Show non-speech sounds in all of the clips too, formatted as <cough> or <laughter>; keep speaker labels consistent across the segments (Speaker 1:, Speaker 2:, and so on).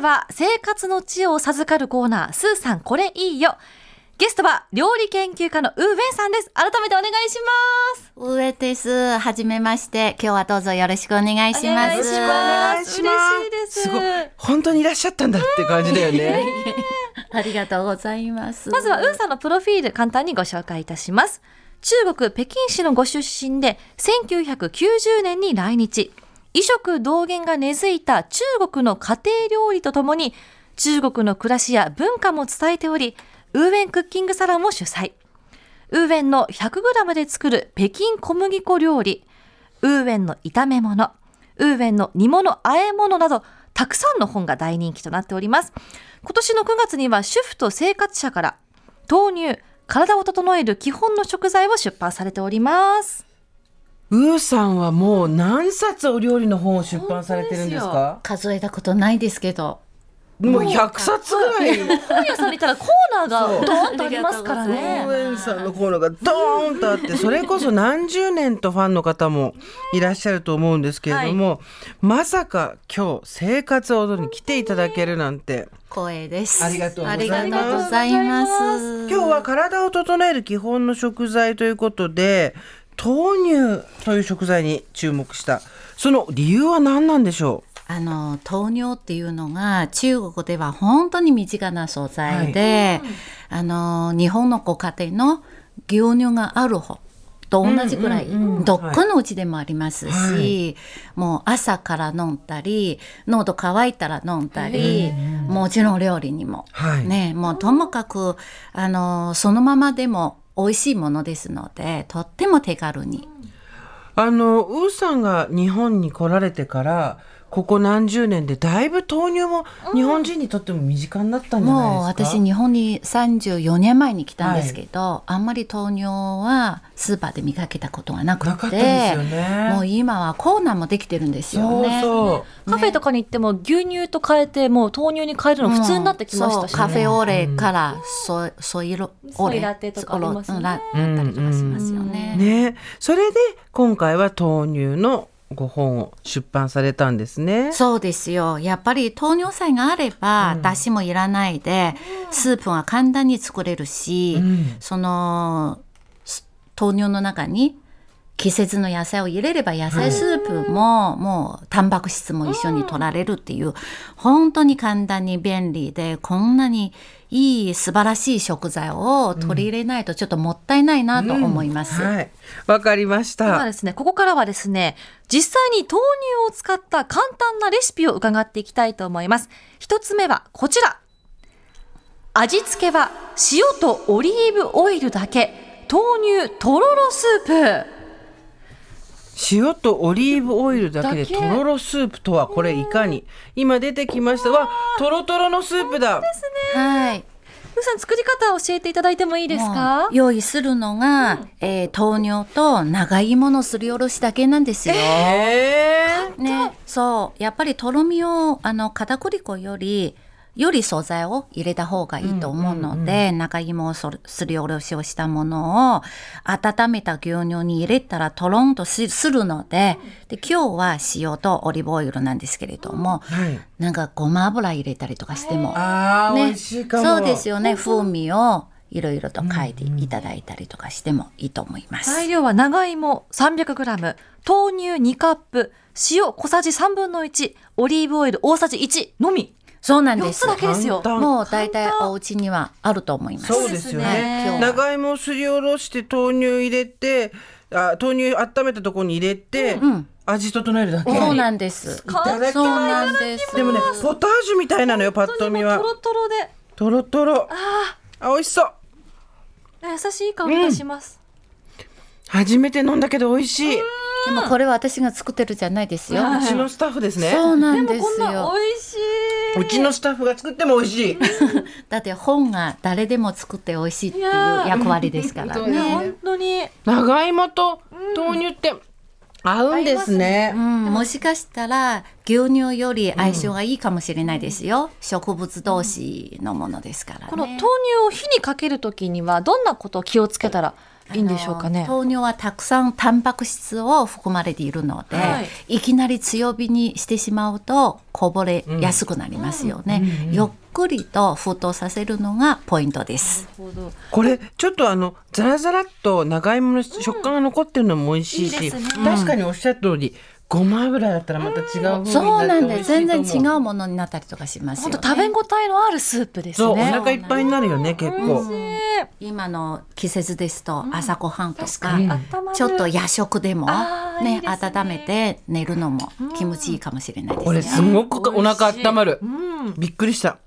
Speaker 1: は生活の知恵を授かるコーナー、スーさんこれいいよ。ゲストは料理研究家のウーベンさんです。改めてお願いします。
Speaker 2: 上です。はじめまして。今日はどうぞよろしくお願いします。
Speaker 1: お
Speaker 3: 願いします
Speaker 1: 嬉しいです。
Speaker 3: すごい本当にいらっしゃったんだって感じだよね。 <laughs>
Speaker 2: ありがとうございます。
Speaker 1: まずはウーさんのプロフィール簡単にご紹介いたします。中国北京市のご出身で1990年に来日。異色同源が根付いた中国の家庭料理とともに中国の暮らしや文化も伝えており、ウーウェンクッキングサロンも主催。ウーウェンの 100g で作る北京小麦粉料理、ウーウェンの炒め物、ウーウェンの煮物、和え物など、たくさんの本が大人気となっております。今年の9月には主婦と生活者から、豆乳、体を整える基本の食材を出版されております。
Speaker 3: ウーさんはもう何冊お料理の本を出版されてるんですか
Speaker 2: 数えたことないですけど。
Speaker 3: もう100冊ぐらい。
Speaker 1: 本屋さんにいたらコーナーがドーンとありますから
Speaker 3: 応
Speaker 1: ね。
Speaker 3: 援さんのコーナーがドーンとあってそれこそ何十年とファンの方もいらっしゃると思うんですけれども、まさか今日生活を踊りに来ていただけるなんて
Speaker 2: 光栄です。
Speaker 3: ありがとうございます
Speaker 2: ありがとうございます。
Speaker 3: 今日は体を整える基本の食材ということで豆乳という食材に注目したその理由は何なんでしょ
Speaker 2: あの糖尿っていうのが中国では本当に身近な素材で、あの日本のご家庭の牛乳がある方と同じぐらい、どっかのうちでもありますし、もう朝から飲んだり喉乾いたら飲んだり、もちろん料理にも、
Speaker 3: はい
Speaker 2: ねもうともかくあのそのままでも美味しいものですのでとっても手軽に。
Speaker 3: うあのウーさんが日本に来られてからここ何十年でだいぶ豆乳も日本人にとっても身近になったんじゃ
Speaker 2: もう
Speaker 3: ないですか、
Speaker 2: 私日本に34年前に来たんですけど、あんまり豆乳はスーパーで見かけたことはなくて
Speaker 3: なかったですよね
Speaker 2: もう今はコーナーもできてるんですよ
Speaker 3: そう
Speaker 2: ね。
Speaker 3: そう
Speaker 1: カフェとかに行っても牛乳と変えてもう豆乳に変えるの普通になってきましたし
Speaker 2: そうカフェ
Speaker 1: ね。
Speaker 2: オレからソイソイロオ
Speaker 1: ソ
Speaker 2: レ
Speaker 1: イラテとかありますよね
Speaker 2: ソロラだったりとかしますよね。
Speaker 3: ね、それで今回は豆乳のご本を出版されたんですね。
Speaker 2: そうですよ。やっぱり糖尿剤があれば、出汁もいらないで、スープは簡単に作れるし、その、す糖尿の中に季節の野菜を入れれば野菜スープも、もうタンパク質も一緒に取られるっていう、本当に簡単に便利で、こんなにいい素晴らしい食材を取り入れないとちょっともったいないなと思います。
Speaker 3: はい、わかりまし
Speaker 1: 今
Speaker 3: た。
Speaker 1: ですね、ここからはですね、実際に豆乳を使った簡単なレシピを伺っていきたいと思います。一つ目はこちら。味付けは塩とオリーブオイルだけ。豆乳とろろスープ。
Speaker 3: 塩とオリーブオイルだけで
Speaker 1: だけ
Speaker 3: とろろスープとはこれいかに今出てきましたわとろとろのスープだ
Speaker 2: はい
Speaker 1: ふうさん、作り方を教えていただいてもいいです
Speaker 2: も
Speaker 1: か
Speaker 2: う用意するのが、えー豆乳と長芋のすりおろしだけなんですよ。
Speaker 3: え
Speaker 2: ね、そうやっぱりとろみをあの片栗粉よりより素材を入れた方がいいと思うので、中芋をそすりおろしをしたものを温めた牛乳に入れたらとろんとしするのでで今日は塩とオリーブオイルなんですけれども、
Speaker 3: はい
Speaker 2: なんかごま油入れたりとかしても
Speaker 3: あー、
Speaker 2: ね
Speaker 3: 美味しいかも
Speaker 2: そうですよね風味をいろいろと書いていただいたりとかしてもいいと思います、
Speaker 1: 材料は長芋 300g、豆乳2カップ、塩小さじ3分の1、オリーブオイル大さじ1のみ。
Speaker 2: そうなん
Speaker 1: 4
Speaker 2: で
Speaker 1: つ
Speaker 2: す
Speaker 1: だけですよ。
Speaker 3: 簡単
Speaker 2: もう大体お家にはあると思います
Speaker 3: そうですよね
Speaker 2: 今日は
Speaker 3: 長芋をすりおろして豆乳入れてあ豆乳温めたところに入れて、
Speaker 2: うん
Speaker 3: 味整えるだけ
Speaker 2: そうなんです
Speaker 3: いただきます
Speaker 2: そうなんです
Speaker 3: でもねポタージュみたいなのよパッと見は
Speaker 1: とろとろで、
Speaker 3: とろとろ
Speaker 1: あ
Speaker 3: あ美味しそう
Speaker 1: あ、優しい香りがします。
Speaker 3: 初めて飲んだけど美味しいう
Speaker 2: でもこれは私が作ってるじゃないですよ
Speaker 3: ちのスタッフですね
Speaker 2: そうなん
Speaker 1: で
Speaker 2: で
Speaker 1: もこん
Speaker 2: す
Speaker 1: な
Speaker 2: よ
Speaker 1: 美味しい。
Speaker 3: うちのスタッフが作っても美味しい
Speaker 2: だって本が誰でも作って美味しいっていう役割ですから
Speaker 3: い
Speaker 2: ね
Speaker 3: や
Speaker 1: ね、本当に。
Speaker 3: 長芋と豆乳って合うんですね
Speaker 2: うん、もしかしたら牛乳より相性がいいかもしれないですよ、植物同士のものですからね
Speaker 1: この豆乳を火にかけるときには、どんなことを気をつけたらいいんでしょうかね
Speaker 2: あの豆乳はたくさんタンパク質を含まれているので、、
Speaker 1: はい
Speaker 2: きなり強火にしてしまうとこぼれやすくなりますよね、ゆっくりと沸騰させるのがポイントです、
Speaker 1: なるほど
Speaker 3: これちょっとあのザラザラっと長芋の食感が残ってるのも美味しいし、
Speaker 1: うんいいですね
Speaker 3: 確かにおっしゃる通りごま油だったらまた違う風味になって
Speaker 2: そうなんで
Speaker 3: 美味しいと
Speaker 2: 全
Speaker 3: 思
Speaker 2: 然違うものになったりとかしますよ
Speaker 1: 本
Speaker 2: ね
Speaker 1: 当食べ応えのあるスープです
Speaker 3: そうお
Speaker 1: ね。
Speaker 3: 腹いっぱいになるよね結構、
Speaker 2: 今の季節ですと朝ごはんと
Speaker 1: 確
Speaker 2: か、
Speaker 1: かに温まる
Speaker 2: ちょっと夜食でも
Speaker 1: あーいい
Speaker 2: ね
Speaker 1: ですね
Speaker 2: 温めて寝るのも気持ちいいかもしれないです
Speaker 3: これ
Speaker 2: ね。
Speaker 3: すごくお腹温まる、
Speaker 1: うん
Speaker 3: びっくりした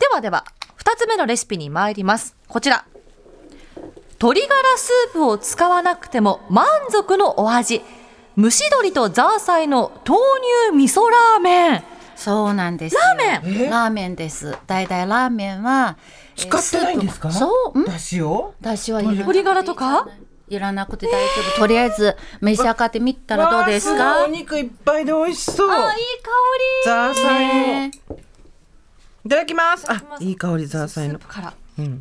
Speaker 1: ではでは2つ目のレシピに参りますこちら鶏ガラスープを使わなくても満足のお味蒸し鶏とザーサイの豆乳味噌ラーメン
Speaker 2: そうなんですよ。
Speaker 1: ラー
Speaker 3: メンえ
Speaker 2: ラーメンです。だいたいラーメンはえー
Speaker 3: 使ってないんですか
Speaker 2: スープそう。うん。
Speaker 3: だしを
Speaker 2: 私はいらない
Speaker 1: 鶏ガラとか
Speaker 2: いらなくて大丈夫。とりあえず召し上がってみたらどうです
Speaker 3: わあ
Speaker 2: か
Speaker 3: ごいお。肉いっぱいで美味しそう
Speaker 1: あいい香
Speaker 3: ザーサイの、
Speaker 2: ね
Speaker 3: いただきます
Speaker 1: き
Speaker 3: あ
Speaker 1: ます
Speaker 3: いい香りザーサイ
Speaker 1: りスー
Speaker 3: の
Speaker 1: プから
Speaker 3: うん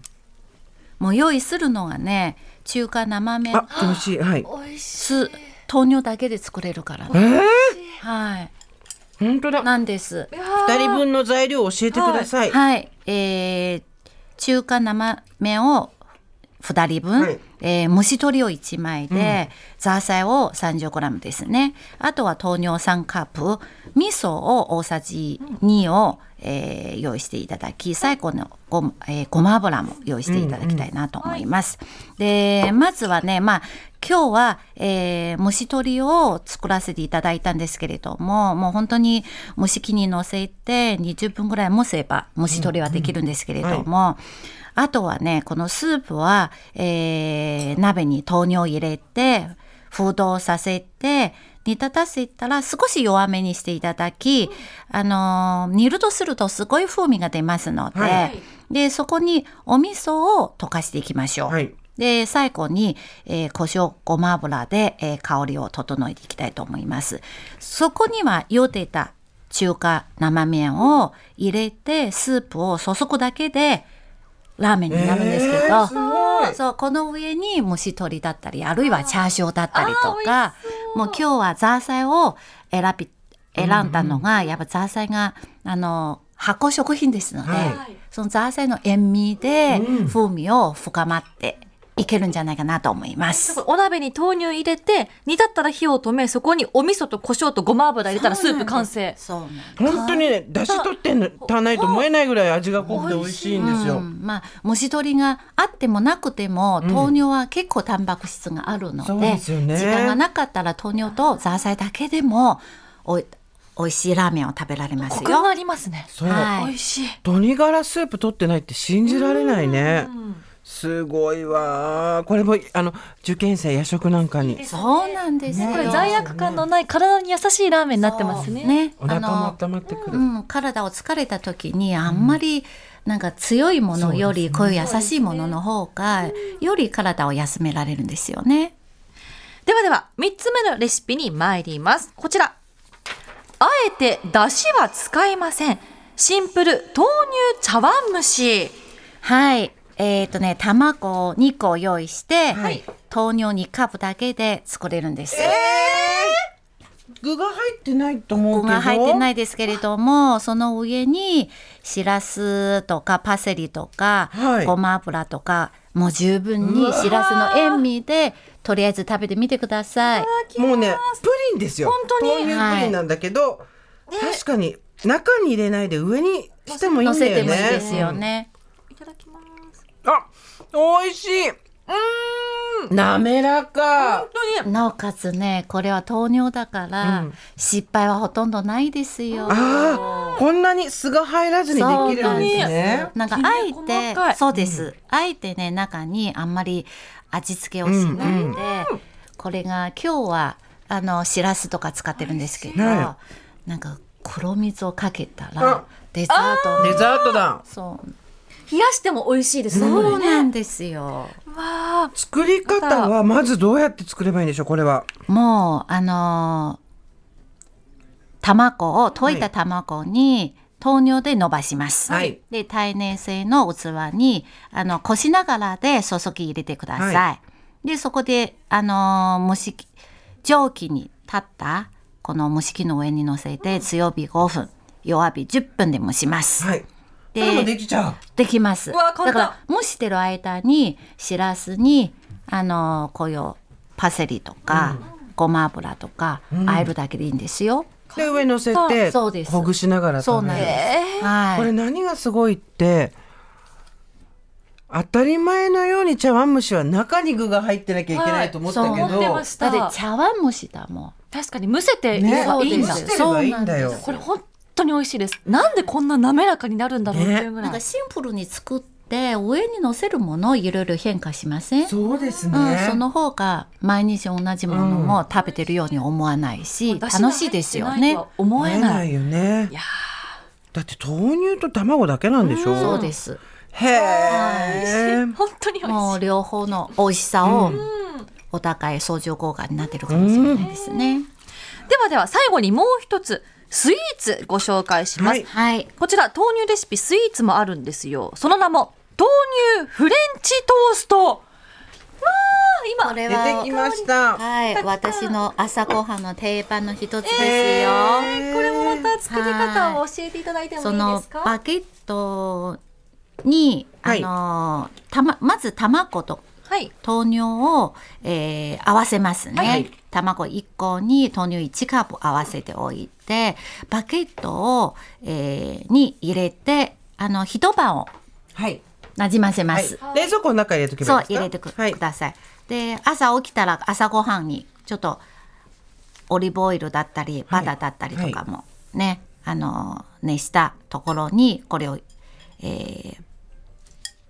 Speaker 2: もう用意するのがね中華生麺
Speaker 3: あ美味しいはい
Speaker 1: 美味しい
Speaker 2: 酢豆乳だけで作れるから
Speaker 3: え
Speaker 2: ね。
Speaker 3: ー、
Speaker 2: はい。
Speaker 3: 本当だ
Speaker 2: なんです。
Speaker 3: 二人分の材料を教えてください、
Speaker 2: はい、えー中華生麺を2人分、
Speaker 3: はい
Speaker 2: えー蒸し鶏を1枚で、ザーサイを 30g ですねあとは豆乳3カップ味噌を大さじ2を、えー用意していただき最後のご,、えーごま油も用意していただきたいなと思います。でまずはね、まあ今日は、えー蒸し鶏を作らせていただいたんですけれども、もう本当に蒸し器に乗せて20分ぐらい蒸せば蒸し鶏はできるんですけれども、あとはね、このスープは、えー鍋に豆乳を入れて、沸騰させて、煮立たせたら少し弱めにしていただき、あのー煮るとするとすごい風味が出ますので、
Speaker 3: は
Speaker 2: で、そこにお味噌を溶かしていきましょう。
Speaker 3: はい
Speaker 2: で、最後に、えー、胡椒、ごま油で、えー香りを整えていきたいと思います。そこには茹でた中華生麺を入れて、スープを注ぐだけで、ラーメンになるんですけど、
Speaker 3: えーすごい
Speaker 2: そう、この上に蒸し鶏だったり、あるいはチャーシューだったりと
Speaker 1: あ
Speaker 2: か、もう今日はザーサイを選び、選んだのが、やっぱザーサイが、あの、発酵食品ですので、
Speaker 3: はい
Speaker 2: そのザーサイの塩味で
Speaker 3: うん
Speaker 2: 風味を深まっていけるんじゃないかなと思います。
Speaker 1: お鍋に豆乳入れて煮立ったら火を止めそこにお味噌と胡椒とごま油入れたらスープ完成
Speaker 2: そうなんです
Speaker 3: 本当にねだし取ってんの足ないと思えないぐらい味が濃くて美味しいんですよ、
Speaker 2: うんまあ蒸し鶏があってもなくても
Speaker 3: ん
Speaker 2: 豆乳は結構タンパク質があるので,、
Speaker 3: そうですよね
Speaker 2: 時間がなかったら豆乳とザーサイだけでもおい美味しいラーメンを食べられま
Speaker 1: コ
Speaker 2: す
Speaker 1: クが
Speaker 2: よ。
Speaker 1: ありますね
Speaker 3: そう、
Speaker 2: はい
Speaker 1: 美味しい
Speaker 3: 鶏ガラスープ取ってないって信じられないねすごいわこれもあの受験生夜食なんかに
Speaker 2: そうなんですよ。
Speaker 1: これ罪悪感のない体に優しいラーメンになってますね
Speaker 3: お腹
Speaker 2: あの
Speaker 3: も温まってくる、
Speaker 2: うん、体を疲れた時にあんまりなんか強いものよりこういう優しいものの方がより体を休められるんですよね。
Speaker 1: ではでは3つ目のレシピに参りますこちらあえて出汁は使いませんシンプル豆乳茶碗蒸し
Speaker 2: はい。えっ、とね、卵を2個用意して、
Speaker 3: はい
Speaker 2: 豆乳2カップだけで作れるんです。
Speaker 3: 具が入ってないと思う
Speaker 2: ここ
Speaker 3: けど
Speaker 2: が入ってないいですけれども、その上に、しらすとかパセリとか、
Speaker 3: はい
Speaker 2: ごま油とか、もう十分にしらすの塩味で、とりあえず食べてみてください。
Speaker 3: もうねプリンですよ
Speaker 1: 本当に
Speaker 3: 豆乳プリンなんだけど、確かに中に入れないで上にしてもいいん
Speaker 2: 乗
Speaker 3: だ
Speaker 2: せて
Speaker 3: よね
Speaker 2: もいいですよね。
Speaker 1: いただきます
Speaker 3: あ美味しいうーん滑らか
Speaker 1: 本当に
Speaker 2: なおかつね、これは糖尿だから、
Speaker 3: うん
Speaker 2: 失敗はほとんどないですよ。
Speaker 3: あーこんなに酢が入らずにできるんですね
Speaker 2: なんか
Speaker 1: きめ
Speaker 2: あえ
Speaker 1: 細かい
Speaker 2: て、そうです。あえてね、中にあんまり味付けをしないで、これが今日は、あの、しらすとか使ってるんですけど、
Speaker 3: 美味しいね
Speaker 2: なんか黒蜜をかけた
Speaker 3: あ
Speaker 2: ら、デザート
Speaker 3: デ
Speaker 2: に。
Speaker 3: ザートだ
Speaker 2: そう。
Speaker 1: 冷やしても美味しいですね
Speaker 2: そう
Speaker 1: これね
Speaker 2: なんですよ。
Speaker 1: わあ
Speaker 3: 作り方はまずどうやって作ればいいんでしょうこれは
Speaker 2: もう、あのー卵を、溶いた卵に、豆乳で伸ばします。
Speaker 3: はい
Speaker 2: で、耐熱性の器に、あの、こしながらで注ぎ入れてください。でそこであの蒸し器蒸気に立ったこの蒸し器の上に乗せて強火5分弱火10分で蒸します。
Speaker 3: はい。
Speaker 2: で
Speaker 3: それもできちゃう。
Speaker 2: できます。
Speaker 1: うわ簡単
Speaker 2: だから蒸してる間にしらすにあのこういうパセリとか、ごま油とか、
Speaker 3: ん
Speaker 2: 和えるだけでいいんですよ。
Speaker 3: で上乗せて
Speaker 2: そうです
Speaker 3: ほぐしながら
Speaker 2: そう
Speaker 3: 食べ
Speaker 2: なん
Speaker 3: る。
Speaker 2: です。
Speaker 1: え
Speaker 2: はい。
Speaker 3: これ何がすごいって当たり前のように茶碗蒸しは中に具が入ってなきゃいけないと思ったけ
Speaker 1: はいそう
Speaker 3: ど、
Speaker 1: 思ってまし
Speaker 2: だって茶碗蒸しだもん。
Speaker 1: 確かにむせてい
Speaker 3: ね
Speaker 1: ればいいん
Speaker 3: 蒸
Speaker 1: だ、
Speaker 2: そうで
Speaker 3: し
Speaker 2: す
Speaker 3: てればいいんだよ。
Speaker 1: これ本当に美味しいですなんでこんな滑らかになるんだろうっていうぐら、
Speaker 2: ないんかシンプルに作って上に乗せるものをいろいろ変化しません
Speaker 3: そうですね。
Speaker 2: うん、その方が毎日同じものも食べてるように思わないし、楽しいですよね。
Speaker 1: 思
Speaker 3: 思
Speaker 1: え
Speaker 3: え
Speaker 1: な
Speaker 3: ないいよね
Speaker 1: い。や
Speaker 3: だって豆乳と卵だけなんでしょ。う
Speaker 2: そうです。
Speaker 3: へえ
Speaker 1: ー。本当に美味しい
Speaker 2: もう両方の美味しさをお互い相乗効果になってるかもしれないですね。
Speaker 1: ではでは最後にもう一つスイーツご紹介します、
Speaker 3: はい
Speaker 2: はい。
Speaker 1: こちら豆乳レシピスイーツもあるんですよその名も豆乳フレンチトーストわあ今
Speaker 2: これ
Speaker 3: 出
Speaker 2: は
Speaker 3: てきました。
Speaker 2: はい、私の朝ごはんの定番の一つですよ。
Speaker 3: へー
Speaker 1: これもまた作り方を教えていただいても
Speaker 2: そ
Speaker 1: いいで
Speaker 2: の
Speaker 1: すか
Speaker 2: バケットに、
Speaker 3: はい
Speaker 2: あのたままず卵と
Speaker 1: はい
Speaker 2: 豆乳を、えー合わせますね、
Speaker 1: はい
Speaker 2: 卵1個に豆乳1カップ合わせておいてバケットを、えーに入れてあの一晩を
Speaker 3: はい。
Speaker 2: なじませま
Speaker 3: はい
Speaker 2: す、。
Speaker 1: い
Speaker 3: 冷蔵庫の中に入れとけ
Speaker 2: そ
Speaker 3: ば
Speaker 2: う
Speaker 3: いいですか。
Speaker 2: 入れてく,、
Speaker 3: はい
Speaker 2: くださいで朝起きたら朝ごはんにちょっとオリーブオイルだったりバターだったりとかもね、あの熱したところにこれを、えー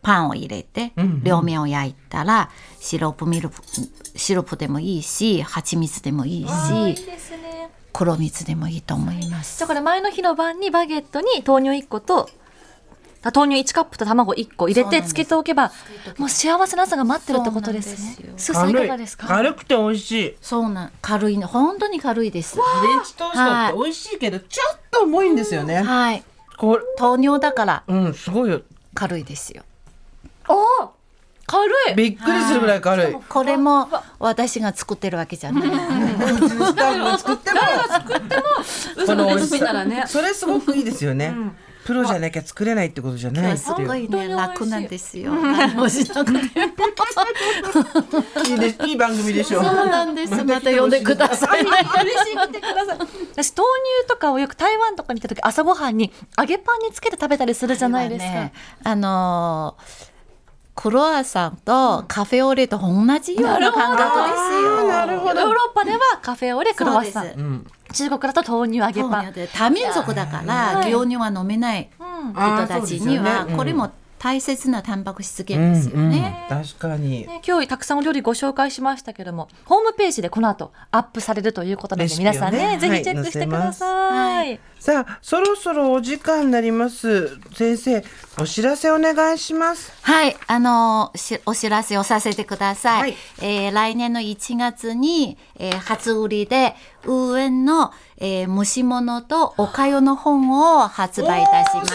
Speaker 2: パンを入れて
Speaker 3: うんうん
Speaker 2: 両面を焼いたらシロップミルクシロップでもいいし蜂蜜でもいい
Speaker 1: あいい
Speaker 2: し
Speaker 1: ですね
Speaker 2: 黒蜜でもいいと思います
Speaker 1: だから前の日の晩にバゲットに豆乳1個とあ豆乳1カップと卵1個入れ
Speaker 2: そうな
Speaker 1: て
Speaker 2: んです
Speaker 1: つけておけばもう幸せな朝が待ってるってことですね
Speaker 2: そうな
Speaker 1: すさ
Speaker 2: んです
Speaker 1: んいかがですか
Speaker 3: 軽い軽くて美味しい。
Speaker 2: そうなん軽いの本当に軽いです
Speaker 3: フレンチトーストって美味しいけど、ちょっと重いんですよね。
Speaker 2: はい
Speaker 3: こ
Speaker 2: 糖尿だから
Speaker 3: れ、うん、すごいよ。
Speaker 2: 軽いですよ
Speaker 1: おー軽い
Speaker 3: びっくりするぐらい軽い。
Speaker 2: これも私が作ってるわけじゃない。
Speaker 3: うちのスタッフが作っても、
Speaker 1: 嘘のレシピならね
Speaker 3: それすごくいいですよね。プロじゃなきゃ作れないってことじゃないって
Speaker 2: す
Speaker 3: いう。
Speaker 2: ごい
Speaker 1: 当に美味し
Speaker 2: ね
Speaker 1: い
Speaker 2: 楽なんですよ。もしなくて
Speaker 3: いいでいい番組でしょう。
Speaker 2: そうなんです。また呼んでください。
Speaker 1: 嬉しい来てください。私豆乳とかをよく台湾とかに行った時朝ごはんに揚げパンにつけて食べたりするじゃないですか。
Speaker 2: ねあのークロワッサンとカフェオレと同じような感覚ですよ。
Speaker 3: なるほ
Speaker 1: ヨー
Speaker 3: ど。
Speaker 1: ロッパではカフェオレクロワッサ
Speaker 2: そう
Speaker 1: ン
Speaker 2: で
Speaker 3: うん。
Speaker 1: 中国だと豆乳揚げパン、
Speaker 2: す多民族だから
Speaker 1: はい
Speaker 2: 牛乳は飲めない
Speaker 1: うん
Speaker 2: 人たちに
Speaker 3: あーそうですよ
Speaker 2: は
Speaker 3: ねうん
Speaker 2: これも大切なタンパク質
Speaker 3: うん
Speaker 2: 源ですよね。
Speaker 3: うん確かに。
Speaker 1: ね、今日たくさんお料理ご紹介しましたけどもホームページでこの後アップされるということなの
Speaker 3: レ
Speaker 1: で
Speaker 3: シピを
Speaker 1: 皆
Speaker 3: ね
Speaker 1: さんねぜ
Speaker 3: は
Speaker 1: ひ
Speaker 3: い
Speaker 1: チェックしてください。
Speaker 3: さあ、そろそろお時間になります。先生、お知らせお願いします。
Speaker 2: はい、あのしお知らせをさせてください。
Speaker 3: はい
Speaker 2: えー来年の1月に、えー初売りで、ウーエンの、えー蒸し物とおかゆの本を発売いたします。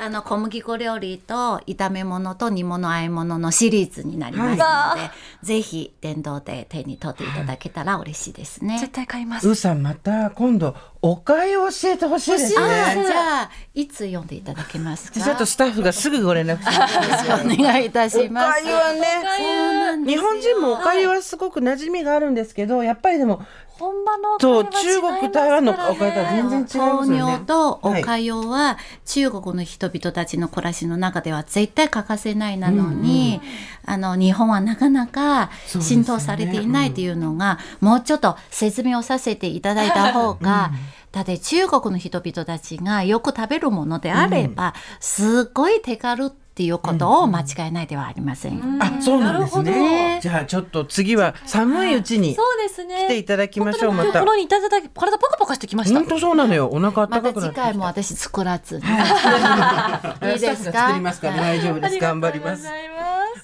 Speaker 2: あの小麦粉料理と炒め物と煮物和え物のシリーズになりますので、
Speaker 1: は
Speaker 2: ぜひ電動で手に取っていただけたら嬉しいですね。
Speaker 1: 絶対買います。
Speaker 3: うーさん、また今度、おかゆ教えてほしいで
Speaker 1: 欲し
Speaker 3: す
Speaker 1: い
Speaker 2: あ
Speaker 3: ね。
Speaker 2: ーじゃあいつ読んでいただけますか。
Speaker 3: ちょっとスタッフがすぐご連絡します。
Speaker 2: お願いいたし
Speaker 3: お
Speaker 2: ま
Speaker 3: か
Speaker 2: す。
Speaker 3: ゆはね、日本人もおかゆはすごく馴染みがあるんですけど、やっぱりでも、
Speaker 1: 本場のお金
Speaker 3: そ
Speaker 1: は
Speaker 3: う中国台湾のおかゆとは全然違いますよね。
Speaker 2: 糖尿とおかゆは中国の人々たちの暮らしの中では絶対欠かせないなのに、あの日本はなかなか
Speaker 3: そうです
Speaker 2: 浸
Speaker 3: ね
Speaker 2: 透されていないというのがもうちょっと説明をさせていただいた方が、だって中国の人々たちがよく食べるものであれば、すごい手軽っていうことを間違いないではありませんよ。
Speaker 3: あ、そうなんで
Speaker 1: なるほど
Speaker 3: すね。じゃあちょっと次は寒いうちに来
Speaker 1: そうですね。
Speaker 3: ていただきましょうま
Speaker 1: 本当
Speaker 3: た
Speaker 1: に。心にいただき体ポカポカしてきました。
Speaker 3: 本当そうなのよ。お
Speaker 2: ま
Speaker 3: 腹暖
Speaker 2: た
Speaker 3: かくな
Speaker 2: 次
Speaker 3: って
Speaker 2: 回
Speaker 3: き
Speaker 2: も私作らずに。
Speaker 3: た。
Speaker 2: <laughs> いいですか
Speaker 3: スタッフが作りますから大丈夫です。頑張ります。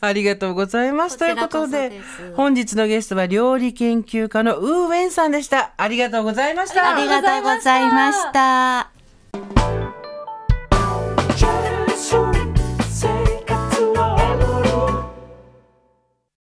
Speaker 1: ありがとうございます。
Speaker 3: ありがとうございます。
Speaker 2: こ
Speaker 3: とい
Speaker 2: ちらことそで
Speaker 3: うこで
Speaker 2: す
Speaker 3: 本日のゲストは料理研究家のウーウェンさんでした。ありがとうございました。
Speaker 2: ありがとうございました。